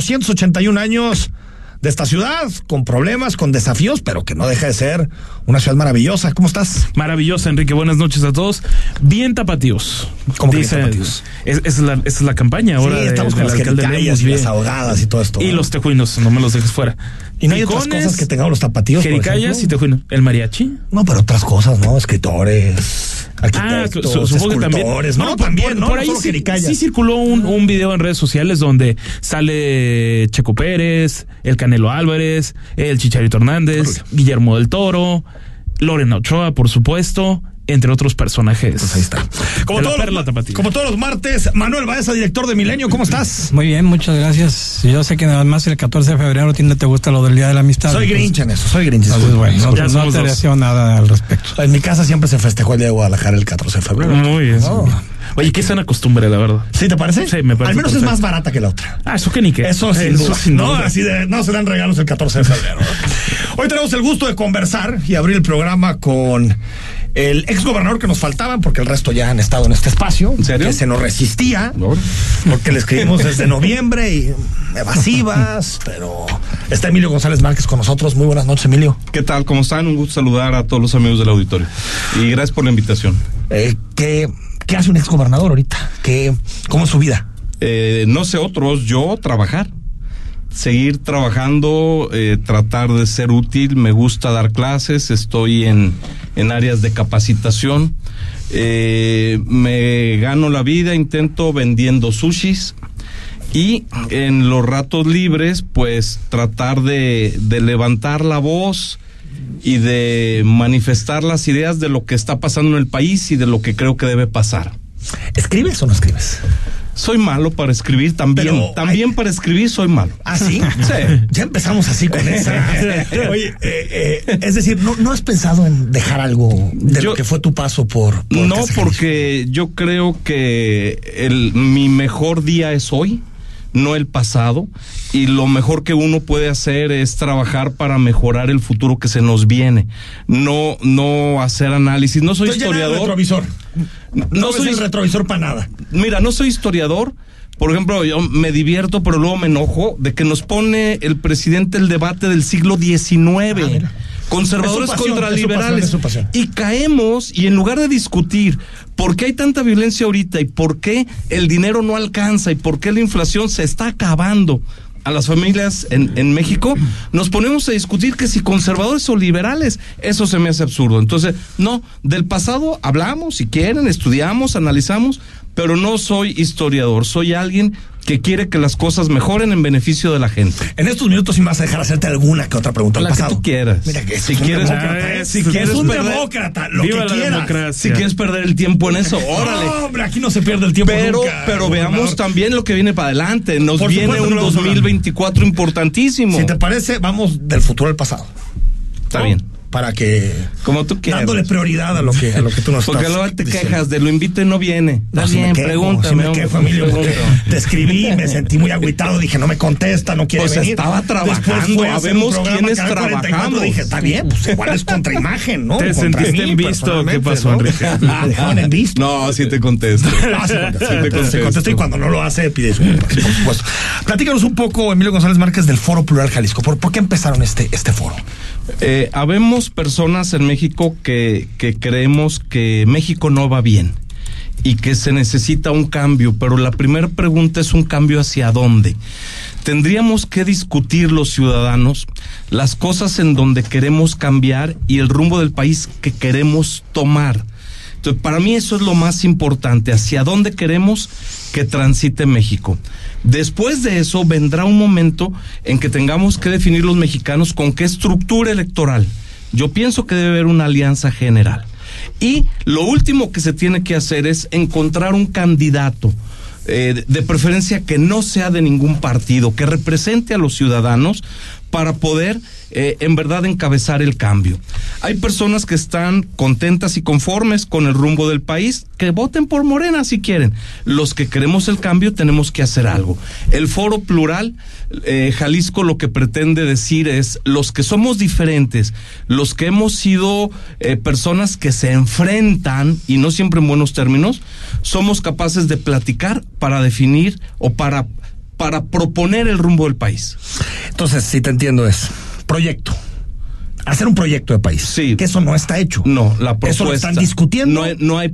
481 años de esta ciudad, con problemas, con desafíos, pero que no deja de ser una ciudad maravillosa. ¿Cómo estás? Maravillosa, Enrique. Buenas noches a todos. Bien tapatíos. ¿Cómo que bien Dice- tapatíos? Es, es la, es la campaña ahora. sí, de- estamos con del las alcalde jericayas Lemus, y bien. las ahogadas y todo esto. Y ¿no? los tejuinos, no me los dejes fuera. Y no hay otras Rincones, cosas que tengamos los tapatíos. por Jericayas y ejemplo. tejuino. El mariachi. No, pero otras cosas, ¿no? Escritores, arquitectos, Ah, su- supongo que también. escultores. No, Bueno, por- también, por, ¿no? por No ahí solo sí, jericayas. sí circuló un, un video en redes sociales donde sale Checo Pérez, el Canelo Álvarez, el Chicharito Hernández, Guillermo del Toro, Lorena Ochoa, por supuesto, entre otros personajes. Pues ahí está. Como De la todos, perla los, tapatía. como todos los martes, Manuel Baeza, director de Milenio, ¿cómo estás? Muy bien, muchas gracias. Yo sé que nada más el 14 de febrero a ti no te gusta lo del Día de la Amistad. Soy pues, entonces- Grinch en eso, soy Grinch. Entonces, bueno, no, Ya no somos te dos. deseo nada al respecto. En mi casa siempre se festejó el Día de Guadalajara el 14 de febrero. Muy bien. No. Oye, qué sana costumbre, la verdad. ¿Sí te parece? Sí, me parece Al menos perfecto. es más barata que la otra. Ah, eso que ni que. Eso sin duda. sin no, duda. así de, no se dan regalos el 14 de febrero. Hoy tenemos el gusto de conversar y abrir el programa con el exgobernador que nos faltaban, porque el resto ya han estado en este espacio. ¿En serio? Que se nos resistía, porque le escribimos desde noviembre y evasivas, pero está Emilio González Márquez con nosotros. Muy buenas noches, Emilio. ¿Qué tal? ¿Cómo están? Un gusto saludar a todos los amigos del auditorio. Y gracias por la invitación. Eh, ¿qué, qué hace un exgobernador ahorita? ¿Qué, ¿Cómo es su vida? Eh, no sé otros, yo trabajar. Seguir trabajando, eh, tratar de ser útil. Me gusta dar clases, estoy en, en áreas de capacitación. Eh, me gano la vida, intento vendiendo sushis. Y en los ratos libres, pues tratar de, de levantar la voz y de manifestar las ideas de lo que está pasando en el país y de lo que creo que debe pasar. ¿Escribes o no escribes? Soy malo para escribir también. Pero, también ay. para escribir soy malo. ¿Ah, sí? Sí. Ya empezamos así con esa. Oye, eh, eh, es decir, ¿no, ¿no has pensado en dejar algo de lo Yo- que fue tu paso por... por Casa No, Jalisco? porque yo creo que el, mi mejor día es hoy, no el pasado. Y lo mejor que uno puede hacer es trabajar para mejorar el futuro que se nos viene. No, no hacer análisis. No soy Entonces ya nada de historiador. retrovisor. No, No, soy soy el retrovisor para nada. Mira, no soy historiador. Por ejemplo, yo me divierto, pero luego me enojo de que nos pone el presidente el debate del siglo Ah, XIX. mira. conservadores Es su pasión, contra es su pasión, liberales. es su pasión. Y caemos, y en lugar de discutir por qué hay tanta violencia ahorita y por qué el dinero no alcanza y por qué la inflación se está acabando a las familias en, en México, nos ponemos a discutir que si conservadores o liberales, eso se me hace absurdo. Entonces, no, del pasado hablamos, si quieren, estudiamos, analizamos, pero no soy historiador, soy alguien que quiere que las cosas mejoren en beneficio de la gente. En estos minutos sí me vas a dejar hacerte alguna que otra pregunta La al que pasado. tú quieras. Mira que Si es un quieres- demócrata, Ah, ¿eh? si es quieres un perder- demócrata, lo Viva que la quieras. democracia. Si quieres perder el tiempo en eso, órale. No, hombre, aquí no se pierde el tiempo Pero, Pues nunca, pero veamos gobernador. también lo que viene para adelante. Nos Por viene supuesto que un lo vamos a hablar. 2024 importantísimo. Si te parece, vamos del futuro al pasado. Está ¿no? bien. Para que... Como tú quieras. Dándole prioridad a lo que, a lo que tú nos Porque estás luego te diciendo. quejas de lo invito y no viene. Está No, sí me bien, quejo, pregúntame. sí me hombre, quejo, Emilio, porque pregunta. te escribí, me sentí muy agüitado, dije, no me contesta, no quiere Pues venir. estaba Después trabajando, fue a hacer un habemos programa quienes Canal 44, trabajamos. Dije, está bien, pues igual es contraimagen, ¿no? Te Contra sentiste mí, en visto, personalmente, ¿qué pasó, ¿no? Ah, Enrique? Me dejaron en visto. No, sí te contesto. Ah, sí, contesta, Sí te sí, contesta, contesto. y cuando no lo hace pide disculpas, por supuesto. Platícanos un poco, Emilio González Márquez, del Foro Plural Jalisco. ¿Por, por qué empezaron este, este foro? Eh, habemos personas en México que, que creemos que México no va bien y que se necesita un cambio, pero la primera pregunta es un cambio hacia dónde. Tendríamos que discutir los ciudadanos las cosas en donde queremos cambiar y el rumbo del país que queremos tomar. Entonces, para mí eso es lo más importante, hacia dónde queremos que transite México. Después de eso vendrá un momento en que tengamos que definir los mexicanos con qué estructura electoral. Yo pienso que debe haber una alianza general. Y lo último que se tiene que hacer es encontrar un candidato, eh, de- de preferencia que no sea de ningún partido, que represente a los ciudadanos para poder eh, en verdad encabezar el cambio. Hay personas que están contentas y conformes con el rumbo del país, que voten por Morena si quieren. Los que queremos el cambio tenemos que hacer algo. El foro plural, eh, Jalisco lo que pretende decir es los que somos diferentes, los que hemos sido eh, personas que se enfrentan, y no siempre en buenos términos, somos capaces de platicar para definir o para para proponer el rumbo del país. Entonces, si te entiendo, es proyecto. Hacer un proyecto de país. Sí. Que eso no está hecho. No, la propuesta. Eso lo están discutiendo. No hay, no hay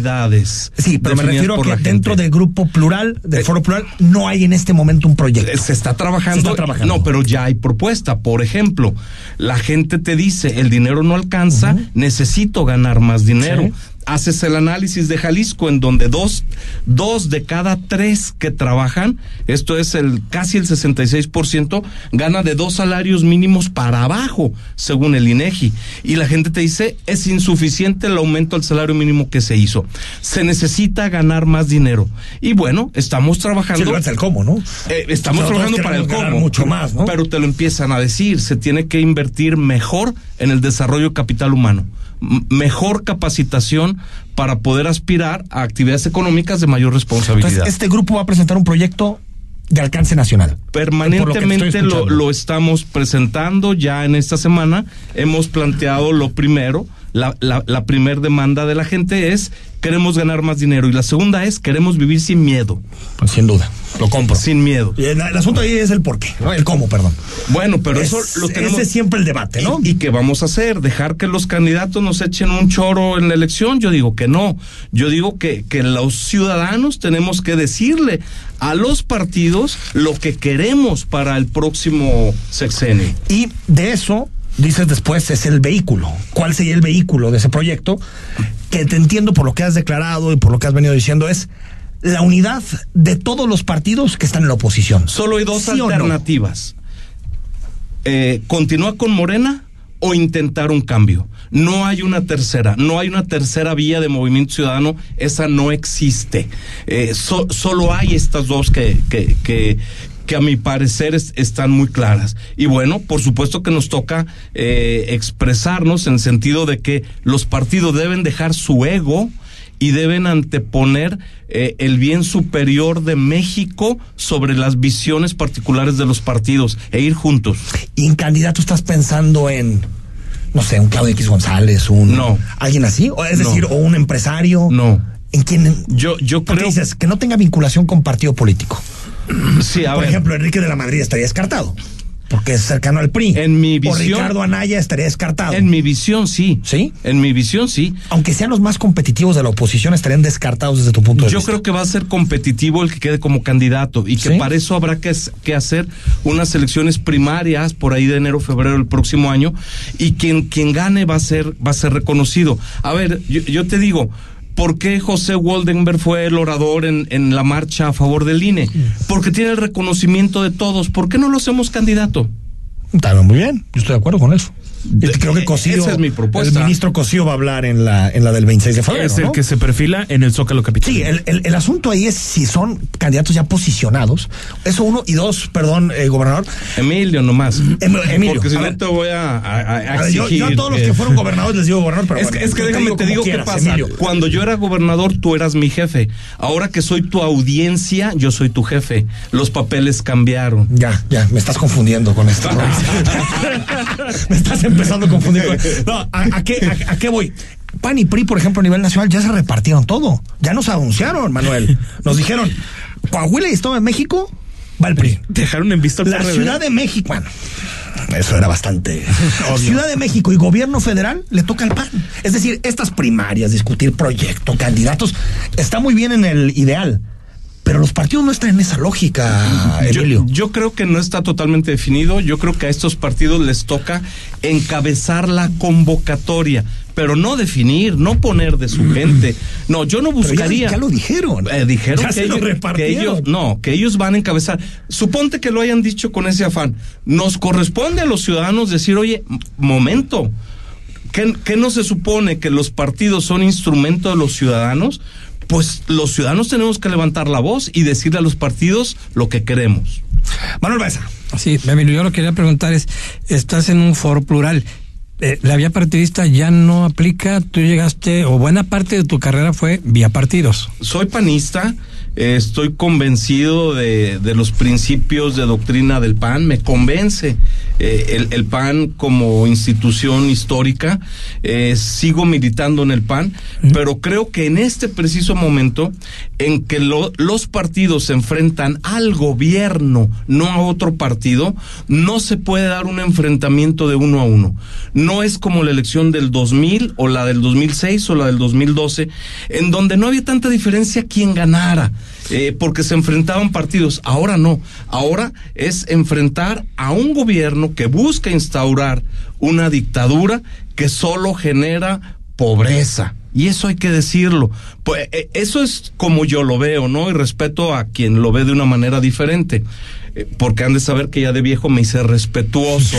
prioridades. Sí, pero me definidas refiero a por que la gente. dentro del grupo plural, del foro plural, no hay en este momento un proyecto. Eh, Se está trabajando. Se está trabajando. No, pero ya hay propuesta. Por ejemplo, la gente te dice, el dinero no alcanza, necesito ganar más dinero. Sí. Haces el análisis de Jalisco en donde dos, dos de cada tres que trabajan, esto es el casi el 66%, gana de dos salarios mínimos para abajo, según el INEGI. Y la gente te dice, es insuficiente el aumento al salario mínimo que se hizo. Se necesita ganar más dinero. Y bueno, estamos Sí, trabajando. lo hace el cómo, ¿no? Eh, estamos O sea, trabajando todos para el queremos ganar cómo. mucho más, ¿no? Pero te lo empiezan a decir, se tiene que invertir mejor en el desarrollo de capital humano, m- mejor capacitación para poder aspirar a actividades económicas de mayor responsabilidad. Entonces, este grupo va a presentar un proyecto de alcance nacional. Permanentemente por lo que te estoy lo, escuchando. lo estamos presentando ya en esta semana. Hemos planteado lo primero, la, la, la primer demanda de la gente es queremos ganar más dinero y la segunda es queremos vivir sin miedo, Pues, sin duda, lo compro. sin miedo. Y El, el asunto ahí es el por qué, ¿no? El cómo, perdón. Bueno, pero eso Es- lo tenemos. Ese es siempre el debate, ¿no? ¿Y, y qué vamos a hacer? ¿Dejar que los candidatos nos echen un choro en la elección? Yo digo que no. Yo digo que, que los ciudadanos tenemos que decirle a los partidos lo que queremos para el próximo sexenio. Y de eso, dices después, es el vehículo. ¿Cuál sería el vehículo de ese proyecto? Que te entiendo por lo que has declarado y por lo que has venido diciendo es la unidad de todos los partidos que están en la oposición. Solo hay dos ¿Sí o no? alternativas. Eh, ¿Continúa con Morena o intentar un cambio? No hay una tercera, no hay una tercera vía de movimiento ciudadano, esa no existe. Eh, so- solo hay estas dos que, que, que, que a mi parecer es- están muy claras. Y bueno, por supuesto que nos toca eh, expresarnos en el sentido de que los partidos deben dejar su ego y deben anteponer eh, el bien superior de México sobre las visiones particulares de los partidos e ir juntos. Y en candidato estás pensando en, no sé, un Claudio X González, un. No. ¿Alguien así? O es No. decir, o un empresario. No. ¿En quién? Yo, yo Porque creo dices que no tenga vinculación con partido político. sí, a Por ver, ejemplo, Enrique de la Madrid estaría descartado. Porque es cercano al PRI. En mi O visión- Ricardo Anaya estaría descartado. en mi visión sí. ¿Sí? En mi visión sí. Aunque sean los más competitivos de la oposición, estarían descartados desde tu punto de Yo vista. creo que va a ser competitivo el que quede como candidato y que ¿Sí? para eso habrá que, as- que hacer unas elecciones primarias por ahí de enero, febrero del próximo año y quien, quien gane va a ser, va a ser reconocido. A ver, yo, yo te digo. ¿Por qué José Waldenberg fue el orador en, en la marcha a favor del INE? Porque tiene el reconocimiento de todos. ¿Por qué no lo hacemos candidato? Está bien, muy bien. Yo estoy de acuerdo con eso. De- creo que eh, Cosío, esa es mi propuesta. el ministro Cosío va a hablar en la, en la del 26 de febrero. es el ¿no? que se perfila en el Zócalo Capital. Sí, el, el- el asunto ahí es si son candidatos ya posicionados. Eso uno. Y dos, perdón, eh, gobernador. Emilio nomás. Em- Emilio, Porque si a no ver. te voy a, a- a- a A ver, yo, yo a exigir, todos los eh. que fueron gobernadores les digo gobernador, pero Es, bueno, que- es que yo déjame digo te como digo qué quieras, pasa. Emilio. Cuando yo era gobernador, tú eras mi jefe. Ahora que soy tu audiencia, yo soy tu jefe. Los papeles cambiaron. Ya, ya, me estás confundiendo con esto. Rob. me estás empezando a confundir con... No, ¿a, a qué, a, a qué voy? PAN y PRI, por ejemplo, a nivel nacional, ya se repartieron todo. Ya nos anunciaron, Manuel. Nos dijeron, Coahuila y Estado de México, va el PRI. Dejaron en visto al La PRD. Ciudad de México, bueno, eso era bastante obvio. Ciudad de México y gobierno federal le toca al PAN. Es decir, estas primarias, discutir proyecto, candidatos, está muy bien en el ideal. Pero los partidos no están en esa lógica, Yo, Emilio. yo creo que no está totalmente definido. Yo creo que a estos partidos les toca encabezar la convocatoria, pero no definir, no poner de su gente. No, yo no Pero ya- buscaría. Ya, lo dijeron. Eh, dijeron Ya que, se lo ellos, que repartieron. ellos- no, que ellos van a encabezar. Suponte que lo hayan dicho con ese afán. Nos corresponde a los ciudadanos decir, oye, m- momento, ¿qué, qué no se supone que los partidos son instrumento de los ciudadanos? Pues los ciudadanos tenemos que levantar la voz y decirle a los partidos lo que queremos. Manuel Baeza. Sí, Emilio, yo lo que quería preguntar es, estás en un foro plural. Eh, la vía partidista ya no aplica, tú llegaste, o buena parte de tu carrera fue vía partidos. Soy panista, Eh, estoy convencido de, de, los principios de doctrina del PAN, me convence eh, el, el, PAN como institución histórica, eh, sigo militando en el PAN, uh -huh. pero creo que en este preciso momento en que lo, los partidos se enfrentan al gobierno, no a otro partido, no se puede dar un enfrentamiento de uno a uno. No es como la elección del 2000 o la del 2006 o la del 2012, en donde no había tanta diferencia quien ganara. Eh, porque se enfrentaban partidos. Ahora no. Ahora es enfrentar a un gobierno que busca instaurar una dictadura que solo genera pobreza. Y eso hay que decirlo. Pues, eh, eso es como yo lo veo, ¿no? Y respeto a quien lo ve de una manera diferente eh, porque han de saber que ya de viejo me hice respetuoso.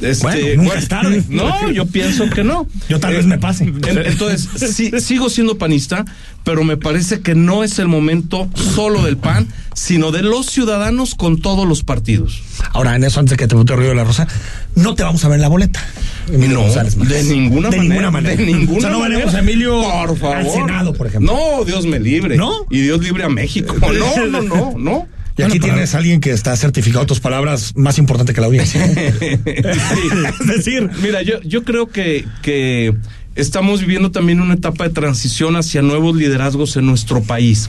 este, bueno, nunca es tarde. No, yo pienso que no. Yo tal eh, vez me pase. Entonces, sí, sigo siendo panista, pero me parece que no es el momento solo del PAN, sino de los ciudadanos con todos los partidos. Ahora, en eso, antes de que te bote Río de la Rosa, no te vamos a ver en la boleta. Emilio no, de ninguna, de manera, ninguna manera. De ninguna o sea, no manera. veremos a Emilio Por favor. al Senado, por ejemplo. No, Dios me libre. ¿No? Y Dios libre a México. No, no, no, no. Y aquí bueno, tienes a alguien que está certificado tus palabras más importante que la audiencia. sí. es decir, mira, yo, yo creo que, que estamos viviendo también una etapa de transición hacia nuevos liderazgos en nuestro país.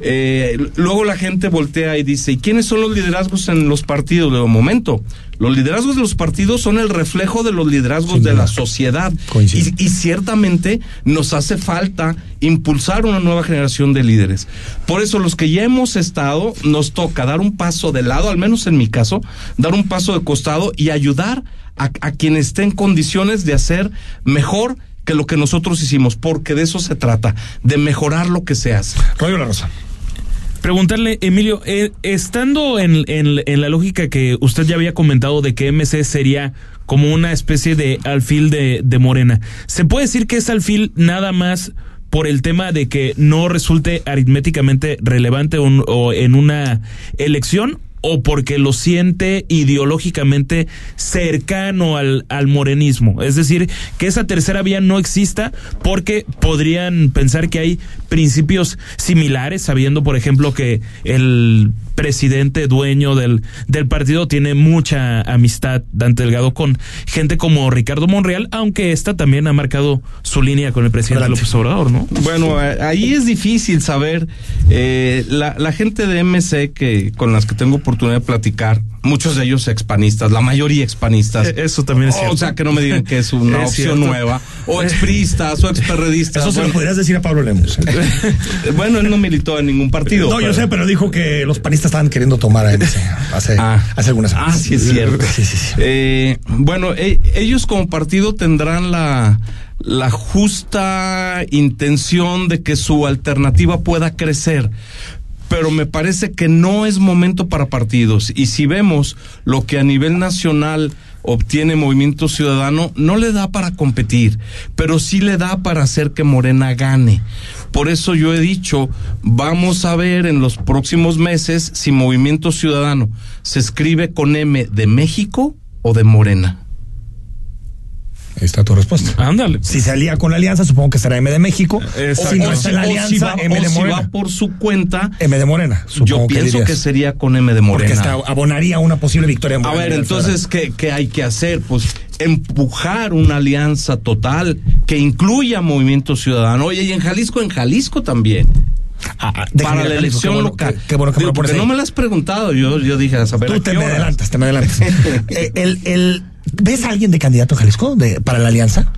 Eh, luego la gente voltea y dice, ¿y quiénes son los liderazgos en los partidos? De momento, los liderazgos de los partidos son el reflejo de los liderazgos sí, de la sociedad. Y, y, ciertamente nos hace falta impulsar una nueva generación de líderes. Por eso los que ya hemos estado, nos toca dar un paso de lado, al menos en mi caso, dar un paso de costado y ayudar a, a quien esté en condiciones de hacer mejor que lo que nosotros hicimos, porque de eso se trata, de mejorar lo que se hace. Rayo La Rosa. Ah, Preguntarle, Emilio, eh, estando en, en, en, la lógica que usted ya había comentado de que MC sería como una especie de alfil de, de Morena, ¿se puede decir que es alfil nada más por el tema de que no resulte aritméticamente relevante un, o en una elección o porque lo siente ideológicamente cercano al, al, morenismo. Es decir, que esa tercera vía no exista porque podrían pensar que hay principios similares, sabiendo, por ejemplo, que el presidente dueño del, del partido tiene mucha amistad, Dante Delgado, con gente como Ricardo Monreal, aunque esta también ha marcado su línea con el presidente Adelante. López Obrador, ¿no? Bueno, ahí es difícil saber. Eh, la, la gente de MC que, con las que tengo por oportunidad de platicar, muchos de ellos expanistas, la mayoría expanistas. Eso también es cierto. O sea, que no me digan que es una es opción cierto. nueva. O expristas, o experredistas. Eso se bueno. lo podrías decir a Pablo Lemos. bueno, él no militó en ningún partido. No, pero... yo sé, pero dijo que los panistas estaban queriendo tomar a MC hace, ah, hace algunas semanas. Ah, sí, es cierto. sí, sí, sí. Eh, bueno, eh, ellos como partido tendrán la la justa intención de que su alternativa pueda crecer pero me parece que no es momento para partidos. Y si vemos lo que a nivel nacional obtiene Movimiento Ciudadano, no le da para competir, pero sí le da para hacer que Morena gane. Por eso yo he dicho, vamos a ver en los próximos meses si Movimiento Ciudadano se escribe con M de México o de Morena. Ahí está tu respuesta. Ándale. Si se alía con la alianza, supongo que será M de México. Exacto. O si no es la alianza, o si va, M de o si Morena. va por su cuenta. M de Morena. Yo pienso que, que, sería con M de Morena. Porque hasta abonaría una posible victoria. En Morena a ver, entonces, ¿qué, ¿qué hay que hacer? Pues empujar una alianza total que incluya Movimiento Ciudadano. Oye, y en Jalisco, en Jalisco también. Ah, para la elección qué bueno, local. Qué, qué bueno que Digo, me lo no me lo has preguntado, yo, yo dije a saber. Tú a te, me adelantas, te me adelantas, Eh, el, el, ¿Ves a alguien de candidato a Jalisco de, para la alianza?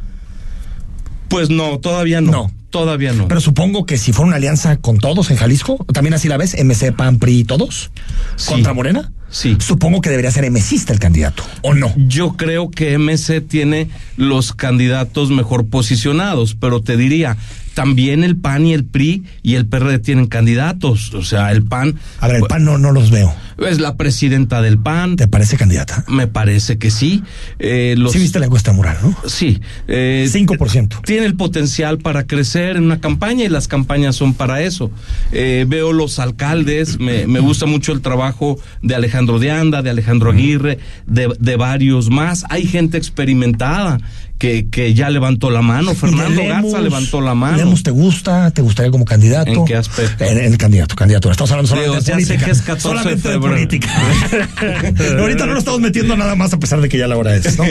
Pues no, todavía no. no. Todavía no. Pero supongo que si fuera una alianza con todos en Jalisco, también así la ves, MC, PAN, PRI, todos, sí. contra Morena. Sí. Supongo que debería ser MCista el candidato, ¿o no? Yo creo que MC tiene los candidatos mejor posicionados, pero te diría, también el PAN y el PRI y el PRD tienen candidatos. O sea, el PAN. A ver, el PAN no, no los veo. Es la presidenta del PAN. ¿Te parece candidata? Me parece que sí. Eh, los, sí, viste la encuesta mural, ¿no? Sí. Eh, 5%. Tiene el potencial para crecer en una campaña y las campañas son para eso. Eh, veo los alcaldes, me, me, gusta mucho el trabajo de Alejandro de Anda, de Alejandro Aguirre, de, de varios más. Hay gente experimentada que, que ya levantó la mano. Fernando Lemus, Garza levantó la mano. Lemus, ¿te gusta? ¿Te gustaría como candidato? ¿En qué aspecto? En, en el candidato, candidato. Estamos hablando solamente Digo, de ya sé política. que es 14 de solamente de, febrero. política. Ahorita no lo estamos metiendo nada más a pesar de que ya la hora es, ¿no?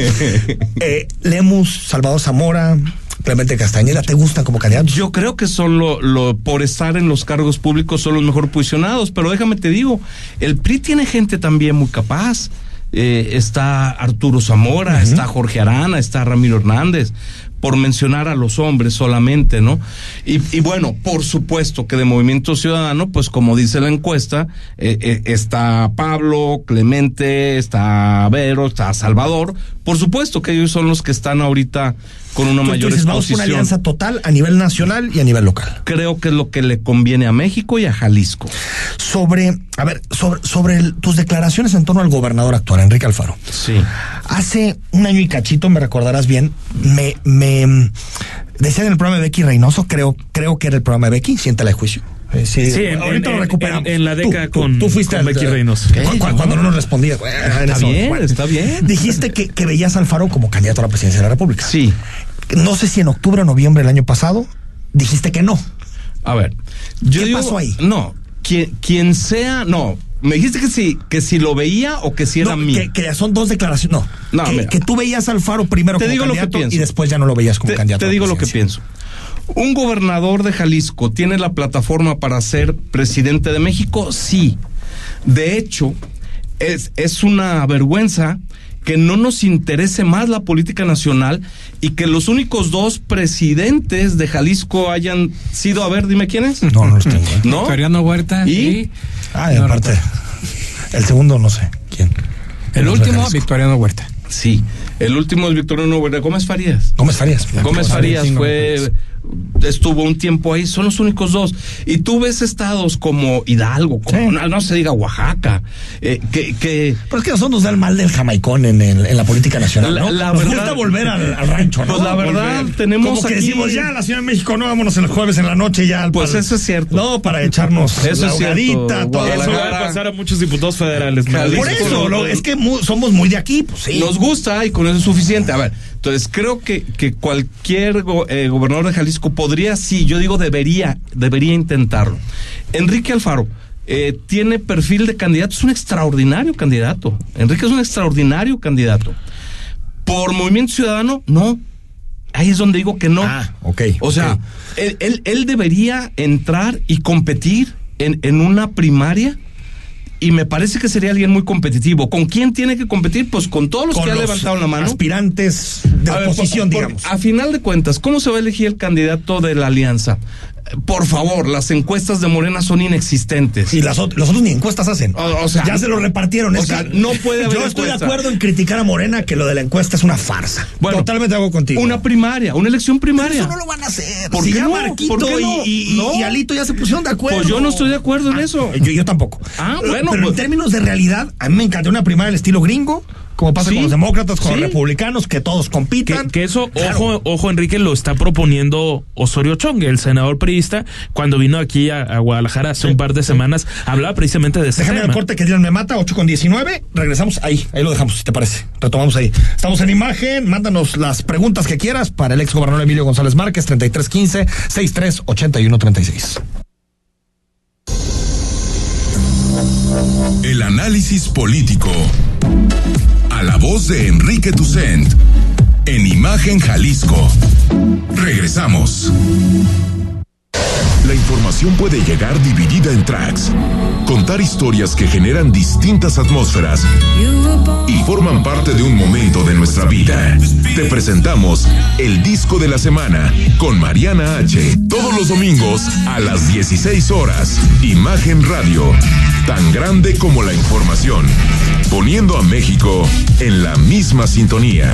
Eh, Lemus, Salvador Zamora, Clemente Castañeda, ¿te gustan como candidatos? Yo creo que son lo, lo- por estar en los cargos públicos son los mejor posicionados, pero déjame te digo, el PRI tiene gente también muy capaz. Eh, está Arturo Zamora, está Jorge Arana, está Ramiro Hernández, por mencionar a los hombres solamente, ¿no? Y, y bueno, por supuesto que de Movimiento Ciudadano, pues como dice la encuesta, eh, eh, está Pablo, Clemente, está Vero, está Salvador. Por supuesto que ellos son los que están ahorita con una Tú- tú mayor dices, vamos por exposición una alianza total a nivel nacional y a nivel local. creo que es lo que le conviene a México y a Jalisco. Sobre, a ver, sobre, sobre el- tus declaraciones en torno al gobernador actual, Enrique Alfaro. Sí. Hace un año y cachito, me recordarás bien, me, me mm, decía en el programa de Becky Reynoso, creo, creo que era el programa de Becky, siéntala de juicio. Eh, Sí, en- ahorita en- lo recuperamos. en- en la Tú- década tú- con- tú fuiste con al- Becky Reynoso. Cu- cu- Cuando, no nos respondías. güey, en Está eso, bien, bueno. está bien. Dijiste que, que veías a Alfaro como candidato a la presidencia de la República. Sí. No sé si en octubre o noviembre del año pasado dijiste que no. A ver. Yo ¿Qué digo- pasó ahí? No, quien, quien sea, no. Me dijiste que sí, que si lo veía o que si era No, mío. que, que son dos declaraciones. No, No, que, mira. que tú veías a Alfaro primero Te como digo lo que candidato pienso. y después ya no lo veías como te, candidato. te a la digo lo que presidencia. pienso. ¿Un gobernador de Jalisco tiene la plataforma para ser presidente de México? Sí. De hecho, es, es una vergüenza que no nos interese más la política nacional y que los únicos dos presidentes de Jalisco hayan sido, a ver, dime quién es. No, no los tengo. ¿eh? ¿No? Soriano Huerta ¿Y? y Ah, No aparte. El segundo no sé quién. el No último, reconozco. Victoriano Huerta. Sí. El último es Victoriano Huerta. Gómez Farías. Gómez Farías. Gómez Farías Farías, fue estuvo un tiempo ahí, son los únicos dos. Y tú ves estados como Hidalgo, como, Sí. no, no se diga Oaxaca, eh, que, que Pero es que nosotros nos da el mal del jamaicón en, el- en la política nacional, La- ¿no? la nos verdad- gusta volver al, al rancho, ¿no? Pues la verdad, Volver. tenemos Como que aquí- decimos, ya, la Ciudad de México, no, vámonos el jueves en la noche ya. al- Pues pal- eso es cierto. No, para echarnos Eso la es cierto, hogadita, todo Eso eso. va a Guadalajara. pasar a muchos diputados federales. ¿no? Jalisco. Por eso, lo- es que mu- somos muy de aquí, pues sí. nos gusta y con eso es suficiente. A ver, entonces creo que, que cualquier go- eh, gobernador de Jalisco podría, sí, yo digo debería, debería intentarlo. Enrique Alfaro. eh, tiene perfil de candidato, es un extraordinario candidato. Enrique es un extraordinario candidato. Por Movimiento Ciudadano, no. Ahí es donde digo que no. Ah, ok, O sea, ok. él, él- él debería entrar y competir en, en una primaria. Y me parece que sería alguien muy competitivo. ¿Con quién tiene que competir? Pues con todos los Con que han los levantado la mano. Aspirantes de A ver, oposición, por- por- digamos. A final de cuentas, ¿cómo se va a elegir el candidato de la alianza? Eh, Por favor, las encuestas de Morena son inexistentes. Y las ot- los otros ni encuestas hacen. O- o sea, ya se lo repartieron. o es sea, que no puede haber Yo estoy de encuesta. acuerdo en criticar a Morena que lo de la encuesta es una farsa. Bueno, Totalmente hago contigo. Una primaria, una elección primaria. Eso no lo van a hacer. ¿Por si qué ya no? Marquito ¿Por qué y- no? y, y- No. y Alito ya se pusieron de acuerdo. Pues yo no estoy de acuerdo en eso. Yo, yo tampoco. Ah, bueno, Pero en pues- términos de realidad, a mí me encantó una primaria del estilo gringo, como pasa Sí, con los demócratas, con sí. los republicanos, que todos Que, compitan. que eso, Claro. ojo, ojo, Enrique, lo está proponiendo Osorio Chong, el senador priista, cuando vino aquí a, a Guadalajara hace un par de semanas, hablaba precisamente de ese Déjame el tema. corte que Dylan me mata, 8 con 19. Regresamos ahí, ahí lo dejamos, si te parece. Retomamos ahí. Estamos en imagen, mándanos las preguntas que quieras para el ex gobernador Emilio González Márquez, 3315 638136. El análisis político. A la voz de Enrique Tucent. En Imagen Jalisco. Regresamos. La información puede llegar dividida en tracks. Contar historias que generan distintas atmósferas y forman parte de un momento de nuestra vida. Te presentamos el disco de la semana con Mariana H. Todos los domingos a las 16 horas. Imagen Radio. Tan grande como la información. Poniendo a México en la misma sintonía.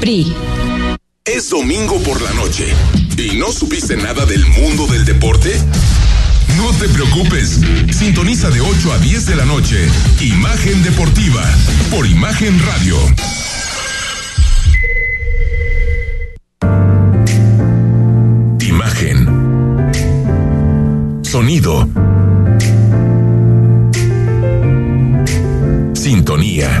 PRI. Es domingo por la noche y no supiste nada del mundo del deporte. No te preocupes. Sintoniza de 8 a 10 de la noche. Imagen Deportiva por Imagen Radio. Imagen. Sonido. Sintonía.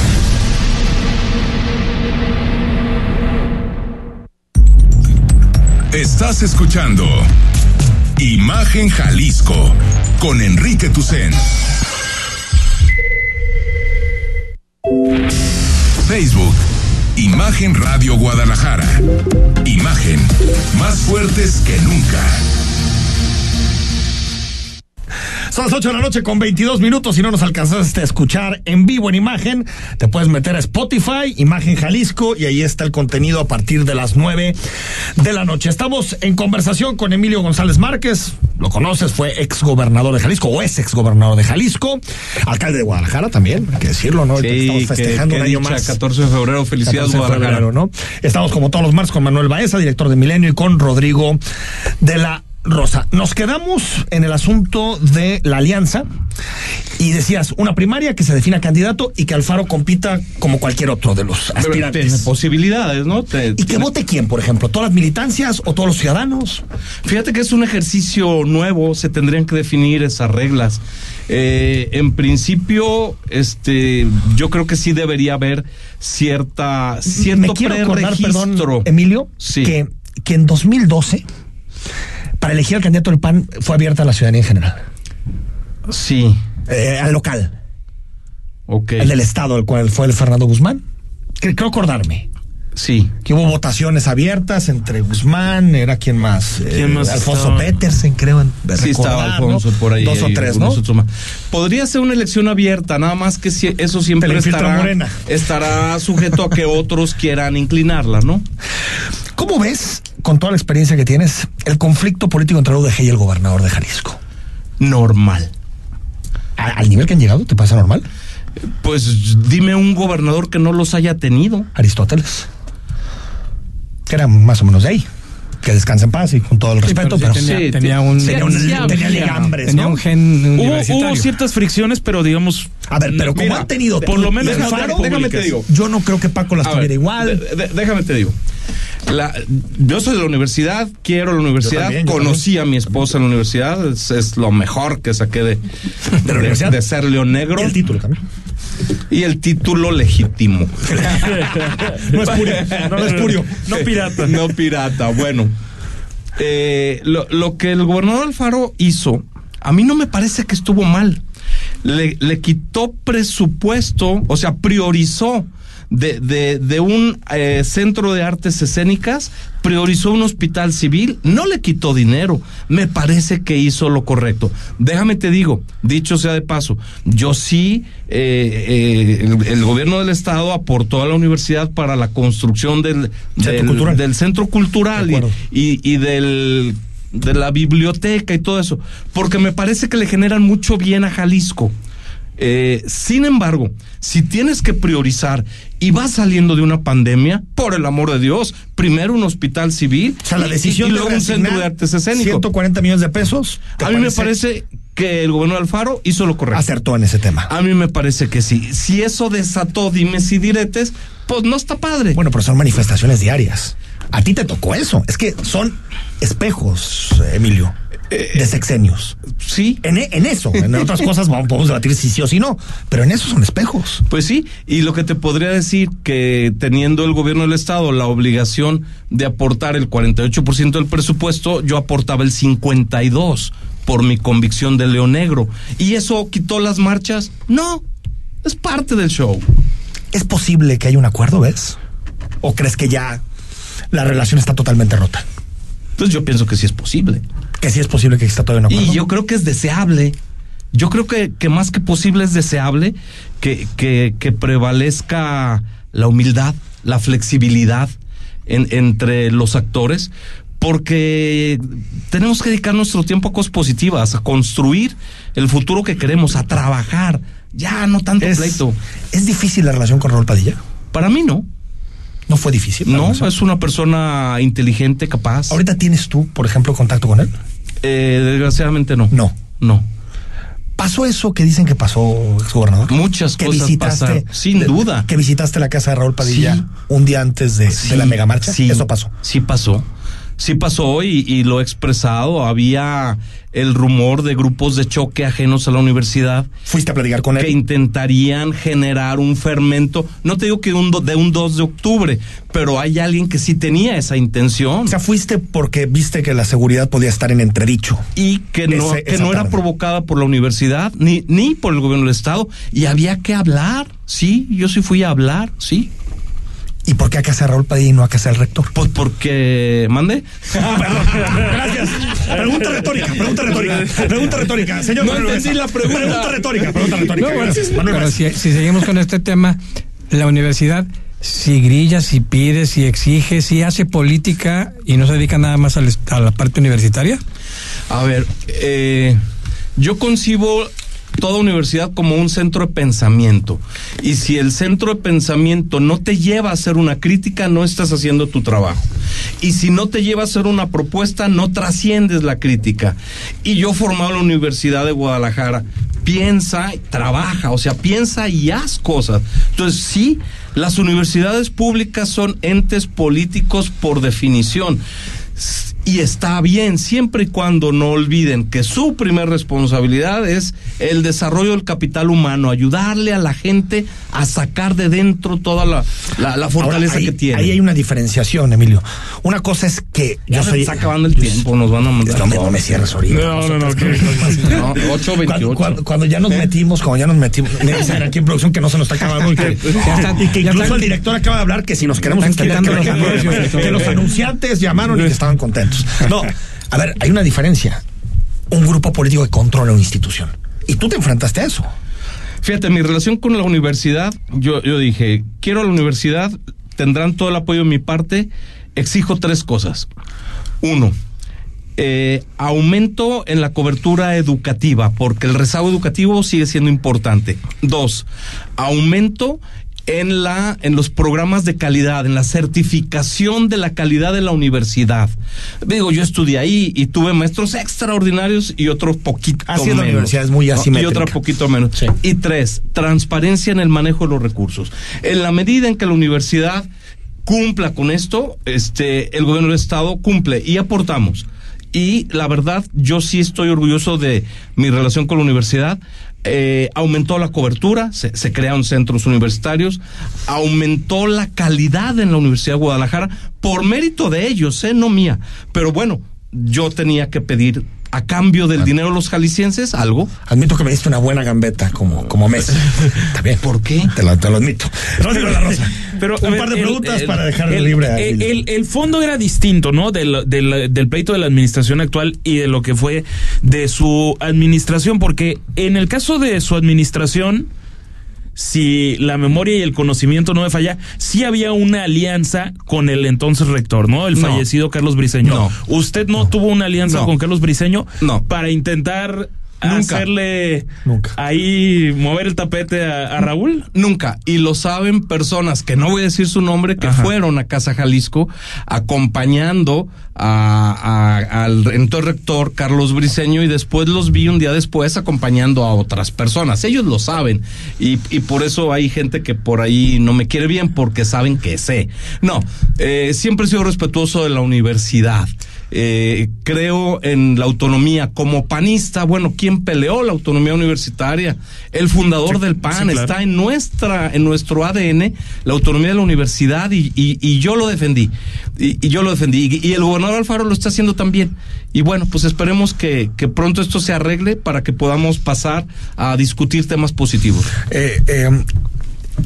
Estás escuchando Imagen Jalisco con Enrique Tucen. Facebook, Imagen Radio Guadalajara. Imagen, más fuertes que nunca. Son las 8 de la noche con 22 minutos. Si no nos alcanzaste a escuchar en vivo en imagen, te puedes meter a Spotify, Imagen Jalisco, y ahí está el contenido a partir de las 9 de la noche. Estamos en conversación con Emilio González Márquez, lo conoces, fue exgobernador de Jalisco o es exgobernador de Jalisco, alcalde de Guadalajara también, hay que decirlo, ¿no? Sí, estamos festejando que, que un año más. 14 de febrero, 14 felicidades de Guadalajara. febrero, ¿no? Estamos como todos los martes con Manuel Baeza, director de Milenio, y con Rodrigo de la Rosa. Nos quedamos en el asunto de la alianza y decías, una primaria que se defina candidato y que Alfaro compita como cualquier otro de los Pero tiene aspirantes. posibilidades, ¿no? Te- ¿Y que vote quién, por ejemplo? ¿Todas las militancias o todos los ciudadanos? Fíjate que es un ejercicio nuevo, se tendrían que definir esas reglas. Eh, en principio, este, yo creo que sí debería haber cierta, cierto me quiero acordar, perdón, preregistro. Emilio, Sí. que, que en 2012, para elegir al candidato del PAN, fue abierta a la ciudadanía en general, Sí, eh, al local, ok. el del Estado, el cual fue el Fernando Guzmán. Cre- Creo acordarme. Sí. Que hubo votaciones abiertas entre Guzmán, era quien más, eh, ¿Quién más Alfonso estaba? Petersen, creo. En, de Sí recordar, estaba Alfonso ¿no? por ahí. Dos o hay tres, ¿no? algunos otros más. Podría ser una elección abierta, nada más que si- eso Te siempre la infiltra estará, Morena. estará sujeto a que otros quieran inclinarla, ¿no? ¿Cómo ves, con toda la experiencia que tienes, el conflicto político entre la UDG y el gobernador de Jalisco? Normal. ¿A- ¿Al nivel que han llegado te pasa normal? Pues dime un gobernador que no los haya tenido. Aristóteles, que era más o menos de ahí, que descansa en paz y con todo el Sí, respeto, pero, pero sí tenía, sí, tenía te- un, tenía, un- sí tenía había- ligambres, tenía ¿no? un gen Hubo, universitario. hubo ciertas fricciones, pero digamos. A ver, pero como Mira, han tenido por lo menos Alfaro, en déjame- déjame te digo. yo no creo que Paco las A tuviera ver, igual. de- de- déjame te digo. La- yo soy de la universidad, quiero la universidad, también, yo conocí a mi esposa en la universidad, es, es lo mejor que saqué de, la de, universidad. de ser león negro el título también. y el título legítimo. No es purio, no es purio. No pirata. No pirata, bueno. Eh, lo, lo que el gobernador Alfaro hizo, a mí no me parece que estuvo mal. Le, le quitó presupuesto, o sea, priorizó de, de- de un eh, centro de artes escénicas, priorizó un hospital civil, no le quitó dinero. Me parece que hizo lo correcto. Déjame te digo, dicho sea de paso, yo sí, eh, eh, el, el gobierno del Estado aportó a la universidad para la construcción del, Centro del- cultural. del centro cultural De y, acuerdo. y- y del de la biblioteca y todo eso, porque me parece que le generan mucho bien a Jalisco. Eh, sin embargo, si tienes que priorizar y vas saliendo de una pandemia, por el amor de Dios, primero un hospital civil O sea, la y- decisión y, luego un centro de reasignar artes escénicas. 140 millones de pesos. ¿te A mí me parece que el gobierno de Alfaro hizo lo correcto. Acertó en ese tema. A mí me parece que sí. Si eso desató dimes y diretes, pues no está padre. Bueno, pero son manifestaciones diarias. A ti te tocó eso. Es que son espejos, Emilio, Eh, de sexenios. sí. En, e- en eso, en otras cosas vamos- podemos debatir si sí o si no, pero en eso son espejos. Pues sí, y lo que te podría decir que teniendo el gobierno del estado la obligación de aportar el 48% del presupuesto, yo aportaba el 52 por mi convicción de León Negro. ¿Y eso quitó las marchas? No, es parte del show. ¿Es posible que haya un acuerdo, ves? ¿O crees que ya la relación está totalmente rota? Entonces yo pienso que sí es posible. Que sí es posible que exista todavía un acuerdo. Y yo creo que es deseable. Yo creo que, que más que posible es deseable que, que, que prevalezca la humildad, la flexibilidad en- entre los actores, porque tenemos que dedicar nuestro tiempo a cosas positivas, a construir el futuro que queremos, a trabajar. Ya, no tanto es, pleito. ¿Es difícil la relación con Raúl Padilla? Para mí no. No fue difícil. la No, pues relación? es una persona inteligente, capaz. ¿Ahorita tienes tú, por ejemplo, contacto con él? Eh, desgraciadamente no. No. No. ¿Pasó eso que dicen que pasó, exgobernador? Muchas que cosas visitaste, pasan, sin de- duda. Que visitaste la casa de Raúl Padilla Sí. un día antes de, de la megamarcha. sí, Eso pasó. Sí pasó. Sí pasó y, y lo he expresado. Había el rumor de grupos de choque ajenos a la universidad Fuiste a platicar con él. que intentarían generar un fermento. No te digo que un do- de un 2 de octubre, pero hay alguien que sí tenía esa intención. O sea, fuiste porque viste que la seguridad podía estar en entredicho. y que no, Ese- que esa no era tarde. provocada por la universidad ni, ni por el gobierno del Estado. Y había que hablar. Sí, yo sí fui a hablar. Sí. ¿Y por qué a casa de Raúl Padilla y no a casa del rector? Pues porque. ¿Mande? Perdón, gracias. Pregunta retórica, pregunta retórica, pregunta retórica. Señor No Manuel entendí Buesa, la pregunta. retórica, pregunta retórica. No, bueno, gracias. Manuel pero Buesa. si, si seguimos con este tema, la universidad si grilla, si pide, si exige, si hace política y no se dedica nada más al est- a la parte universitaria. A ver, eh, yo concibo toda universidad como un centro de pensamiento. Y si el centro de pensamiento no te lleva a hacer una crítica, no estás haciendo tu trabajo. Y si no te lleva a hacer una propuesta, no trasciendes la crítica. Y yo formado en la Universidad de Guadalajara, piensa, trabaja, o sea, piensa y haz cosas. Entonces, sí, las universidades públicas son entes políticos por definición. S- Y está bien, siempre y cuando no olviden que su primer responsabilidad es el desarrollo del capital humano, ayudarle a la gente a sacar de dentro toda la, la- la fortaleza Ahora, ahí, que tiene. Ahí hay una diferenciación, Emilio. Una cosa es que Ya yo se soy. está acabando el tiempo, nos van a mandar. No me, no me cierres ahorita. No, no, no, Nosotros que- No, Cuando, 8.28. cuando- cuando ya nos metimos, cuando ya nos metimos, me dicen aquí en producción que no se nos está acabando y que, Ya están- y que ya incluso están- el director acaba de hablar que si nos queremos Están extender, que, quitando los que- anuncios. que- que los anunciantes llamaron y que estaban contentos. No, a ver, hay una diferencia. Un grupo político que controla una institución. Y tú te enfrentaste a eso. Fíjate, mi relación con la universidad, yo, yo dije, quiero la universidad, tendrán todo el apoyo de mi parte, exijo tres cosas. Uno, eh, aumento en la cobertura educativa, porque el rezago educativo sigue siendo importante. Dos, aumento en la en los programas de calidad, en la certificación de la calidad de la universidad. Digo, yo estudié ahí y tuve maestros extraordinarios y otros poquito Así es Ah, la menos. universidad, es muy No, Y asimétrica. otra poquito menos. Sí. Y tres, transparencia en el manejo de los recursos. En la medida en que la universidad cumpla con esto, este, el gobierno del estado cumple y aportamos. Y la verdad, yo sí estoy orgulloso de mi relación con la universidad. Eh, aumentó la cobertura, se, se crearon centros universitarios, aumentó la calidad en la Universidad de Guadalajara por mérito de ellos, eh, no mía. Pero bueno, yo tenía que pedir a cambio del dinero de los jaliscienses algo. Admito que me diste una buena gambeta como, como Messi. Está bien. ¿Por qué? Te lo, te lo admito. Rodrigo La Rosa. Pero, a un ver, par de el- preguntas el- para dejar el- libre a el, Emilio. el- el fondo era distinto, ¿no? Del, del, del pleito de la administración actual y de lo que fue de su administración, porque en el caso de su administración, si la memoria y el conocimiento no me falla, sí había una alianza con el entonces rector, ¿no? El No. fallecido Carlos Briseño. No. ¿Usted no, tuvo una alianza No. con Carlos Briseño No. para intentar Nunca. hacerle Nunca. ahí mover el tapete a, a Raúl? Nunca. Y lo saben personas que no voy a decir su nombre, que Ajá. fueron a Casa Jalisco acompañando a- a- al entonces rector Carlos Briseño y después los vi un día después acompañando a otras personas. Ellos lo saben. Y, y por eso hay gente que por ahí no me quiere bien porque saben que sé. No, eh, siempre he sido respetuoso de la universidad. Eh, creo en la autonomía como panista. Bueno, ¿quién peleó la autonomía universitaria? El fundador Sí, del PAN sí, claro. está en nuestra, en nuestro ADN, la autonomía de la universidad, y, y- y yo lo defendí. Y, y yo lo defendí. Y, y el gobernador Alfaro lo está haciendo también. Y bueno, pues esperemos que, que pronto esto se arregle para que podamos pasar a discutir temas positivos. Eh, eh,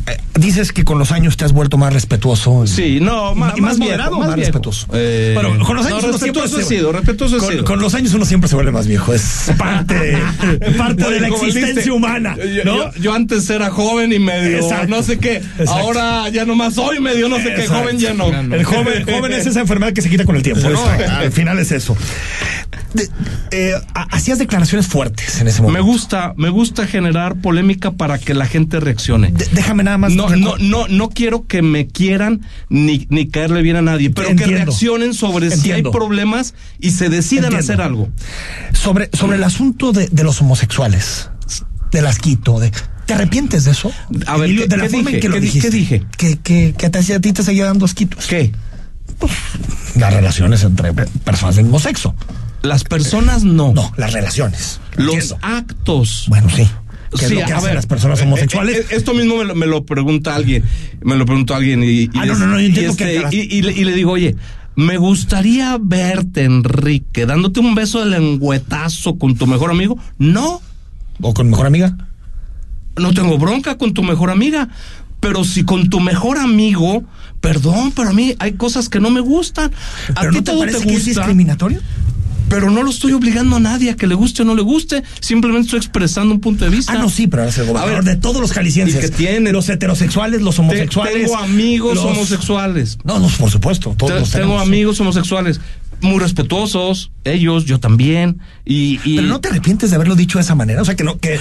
eh, dices que con los años te has vuelto más respetuoso. Sí, no, Y más, más más moderado, viejo, más viejo. respetuoso. Eh, Bueno, con los años no, uno siempre respetuoso he se- sido, respetuoso he Con, sido. con los años uno siempre se vuelve más viejo. Es parte de, parte Oye, de la como existencia dijiste, humana. Yo, ¿no? yo- yo antes era joven y medio, Exacto. no sé qué. Exacto. Ahora ya nomás soy medio, no sé qué, Exacto. joven lleno. El joven, joven es esa enfermedad que se quita con el tiempo. ¿no? Al final es eso. De- eh, ha- hacías declaraciones fuertes en ese Me momento. gusta, me gusta generar polémica para que la gente reaccione. De- déjame nada más. No, recor- no, no, no quiero que me quieran ni, ni caerle bien a nadie, pero que Entiendo. reaccionen sobre si hay Entiendo. problemas y se decidan a Entiendo. hacer algo. Sobre, sobre el asunto de, de los homosexuales, de las quito, de. ¿Te arrepientes de eso? A ver, Emilio, ¿qué- de la qué forma dije? en que lo ¿Qué di- dijiste. qué dije? Que, que, que te, a ti te seguía dando asquitos. ¿Qué? Las relaciones entre personas del mismo sexo. Las personas no. No, las relaciones. Los Entiendo. actos. Bueno, sí. Que es Sí, lo que a hacen ver, las personas homosexuales. eh, eh, esto mismo me lo, me lo pregunta alguien. Me lo preguntó alguien y, y Ah, no, des- no, no, yo y entiendo que- este, y- y le, y le digo, oye, me gustaría verte, Enrique, dándote un beso de lengüetazo con tu mejor amigo. No, o con mejor amiga. no tengo bronca con tu mejor amiga. Pero si con tu mejor amigo, perdón, pero a mí hay cosas que no me gustan. A ¿Pero ti no te todo te parece gusta que es discriminatorio? pero no lo estoy obligando a nadie a que le guste o no le guste, simplemente estoy expresando un punto de vista. Ah, no, sí, pero es el A gobernador ver, de todos los jaliscienses. ¿y qué tiene? Los heterosexuales, los Te- homosexuales. tengo amigos los- homosexuales. No, no, por supuesto. Todos Te- los tengo tenemos. amigos homosexuales muy respetuosos, ellos, yo también. Y, y- Pero no te arrepientes de haberlo dicho de esa manera. O sea, que no, que,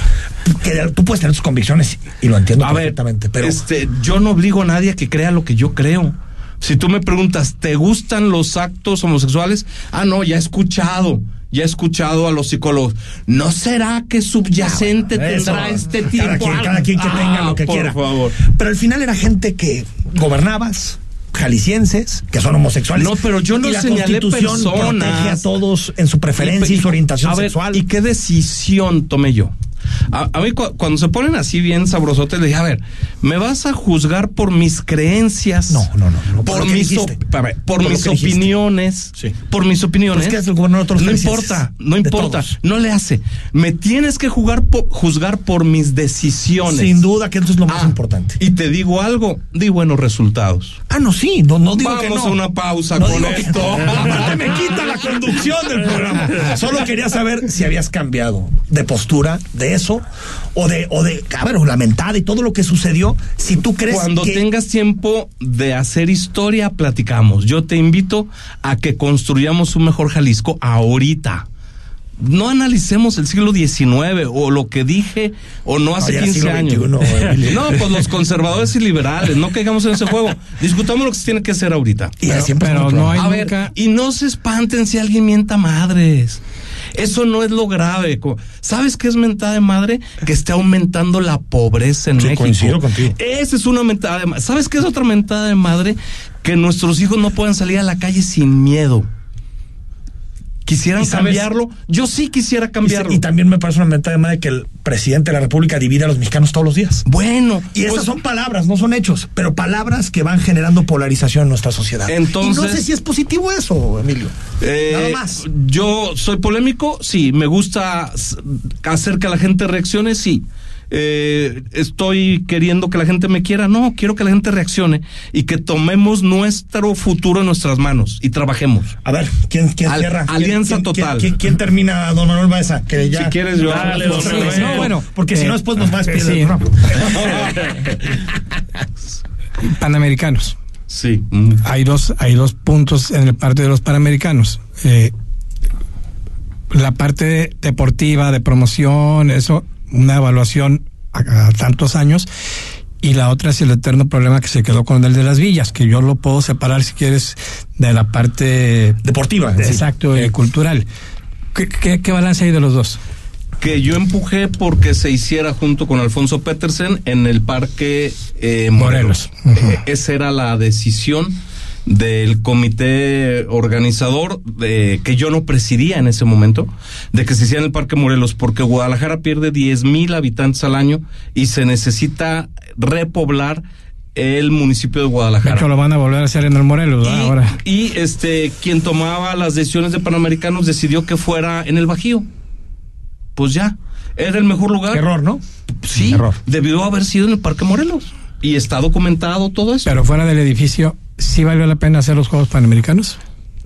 que tú puedes tener tus convicciones y lo entiendo a ver, perfectamente. pero este, yo no obligo a nadie a que crea lo que yo creo. Si tú me preguntas, ¿te gustan los actos homosexuales? Ah, no, ya he escuchado. Ya he escuchado a los psicólogos. ¿No será que subyacente eso, tendrá este tipo? Cada quien, algo? cada quien que tenga Ah, lo que por quiera. favor. Pero al final era gente que gobernabas. Jaliscienses que son homosexuales. No, pero yo no y la señalé constitución personas. protege a todos en su preferencia y, su orientación a ver, sexual. ¿Y qué decisión tomé yo? A, a mí cu- cuando se ponen así bien sabrosotes, le dije, a ver, ¿me vas a juzgar por mis creencias? No, no, no, no, por por lo que mis, dijiste. op- a ver, por Por lo mis que dijiste. opiniones. Sí. Por mis opiniones. Pues, ¿qué hace el gobernador de todos los no jaliscienses? importa, no De importa, todos. no le hace. Me tienes que jugar po- juzgar por mis decisiones. Sin duda que eso es lo más Ah, importante. Y te digo algo, di buenos resultados. Ah, no, sí, no, no digo que no. Vamos a una pausa No con digo que- esto. Aparte me quita la conducción del programa. Solo quería saber si habías cambiado de postura de eso o de, o de, ah, a ver, o lamentada y todo lo que sucedió. Si tú crees Cuando que tengas tiempo de hacer historia, platicamos. Yo te invito a que construyamos un mejor Jalisco ahorita. No analicemos el siglo XIX o lo que dije o no hace ya era 15 siglo años. XXI, Emilio. no, pues los conservadores y liberales, no caigamos en ese juego. Discutamos lo que se tiene que hacer ahorita. y Pero- siempre pero es un no hay- problema. A ver, nunca- y no se espanten si alguien mienta madres. Eso no es lo grave. Co- ¿Sabes qué es mentada de madre? Que está aumentando la pobreza en Sí, México. coincido contigo. Esa es una mentada de madre. ¿Sabes qué es otra mentada de madre? Que nuestros hijos no puedan salir a la calle sin miedo. ¿Quisieran ¿Y sabes? cambiarlo? Yo sí quisiera Y se- cambiarlo. Y, también me parece una mentada de madre que el presidente de la República divide a los mexicanos todos los días. bueno, Y esas pues, son palabras, no son hechos, pero palabras que van generando polarización en nuestra sociedad. y Entonces- no sé si es positivo eso, Emilio. Eh, Nada más. Yo soy polémico, sí. Me gusta s- hacer que la gente reaccione, sí. Eh, estoy queriendo que la gente me quiera, no. Quiero que la gente reaccione y que tomemos nuestro futuro en nuestras manos y trabajemos. A ver, ¿quién, quién Al- cierra? ¿Quién- alianza quién- total. ¿quién, quién, quién termina, don Manuel Baeza? Que ya, Si quieres, yo- Dale, Los tres, don Manuel. No, bueno, bueno, porque si eh, no después nos va a despedir. sí. del programa. Panamericanos. Sí. Hay dos, hay dos puntos en el parte de los panamericanos. Eh, la parte deportiva, de promoción, eso, una evaluación a, a tantos años. Y la otra es el eterno problema que se quedó con el de las villas, que yo lo puedo separar, si quieres, de la parte... Deportiva, sí. Exacto, eh, cultural. ¿Qué, qué, qué balance hay de los dos? que yo empujé porque se hiciera junto con Alfonso Petersen en el Parque eh, Morelos. Morelos. Ujú. Eh, esa era la decisión del comité organizador de, que yo no presidía en ese momento, de que se hiciera en el Parque Morelos, porque Guadalajara pierde 10 mil habitantes al año y se necesita repoblar el municipio de De Guadalajara. hecho, lo van a volver a hacer en el Morelos, Ah, ¿verdad? Y, Ahora. y, este quien tomaba las decisiones de Panamericanos decidió que fuera en el Bajío. Pues ya, era el mejor lugar. Error, ¿no? Sí, Error. debió haber sido en el Parque Morelos. Y está documentado todo eso. Pero fuera del edificio, ¿sí valió la pena hacer los Juegos Panamericanos?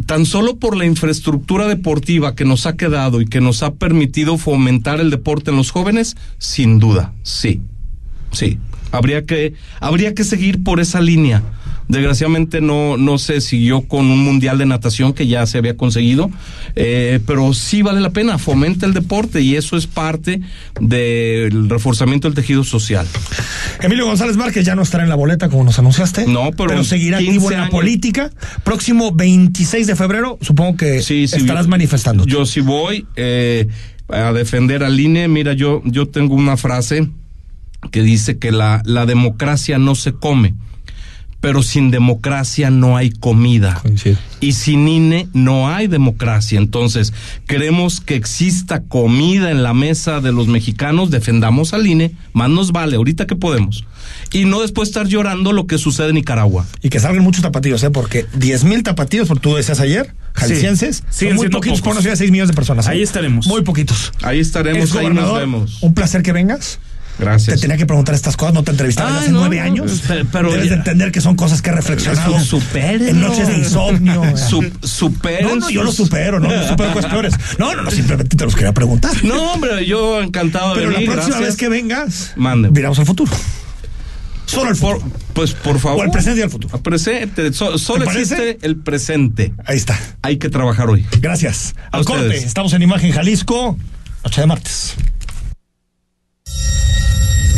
Tan solo por la infraestructura deportiva que nos ha quedado y que nos ha permitido fomentar el deporte en los jóvenes, sin duda, sí. Sí, habría que, habría que seguir por esa línea. Desgraciadamente no, no se siguió con un mundial de natación que ya se había conseguido, eh, pero sí vale la pena, fomenta el deporte y eso es parte del reforzamiento del tejido social. Emilio González Márquez ya no estará en la boleta como nos anunciaste. No, pero seguirá 15 activo en la años. política. Próximo 26 de febrero, supongo que Sí, sí, estarás yo- manifestando. Yo sí voy eh, a defender al INE. Mira, yo, yo tengo una frase que dice que la, la democracia no se come, pero sin democracia no hay comida. Y sin INE no hay democracia. Entonces, queremos que exista comida en la mesa de los mexicanos, defendamos al INE, más nos vale, ahorita que podemos. Y no después estar llorando lo que sucede en Nicaragua. Y que salgan muchos tapatíos, ¿eh? Porque 10 mil tapatíos, por tú decías ayer, jaliscienses, Sí, son muy siendo poquitos, por pocos. no decir 6 millones de personas. ¿eh? Ahí estaremos. Muy poquitos. Ahí estaremos, ahí nos Exgobernador, vemos. Un placer que vengas. Gracias. Te tenía que preguntar estas cosas, no te entrevistaba Ay, hace Ah, no, nueve no, años. pe- pero Debes ya. de entender que son cosas que he reflexionado. Su- supérenlo. En noches de insomnio. ¿eh? Sup- superen no, no, yo lo sus- supero, no, yo supero cosas peores. No, no, no, simplemente te los quería preguntar. No, hombre, yo encantado de Pero la venir, próxima vez gracias. que vengas, Mande. miramos al futuro. Solo al Por- futuro. pues por favor. O al presente y al futuro. Al presente. So- solo ¿Te parece? existe el presente. Ahí está. Hay que trabajar hoy. Gracias. A Al ustedes. corte. Estamos en Imagen Jalisco, noche de martes.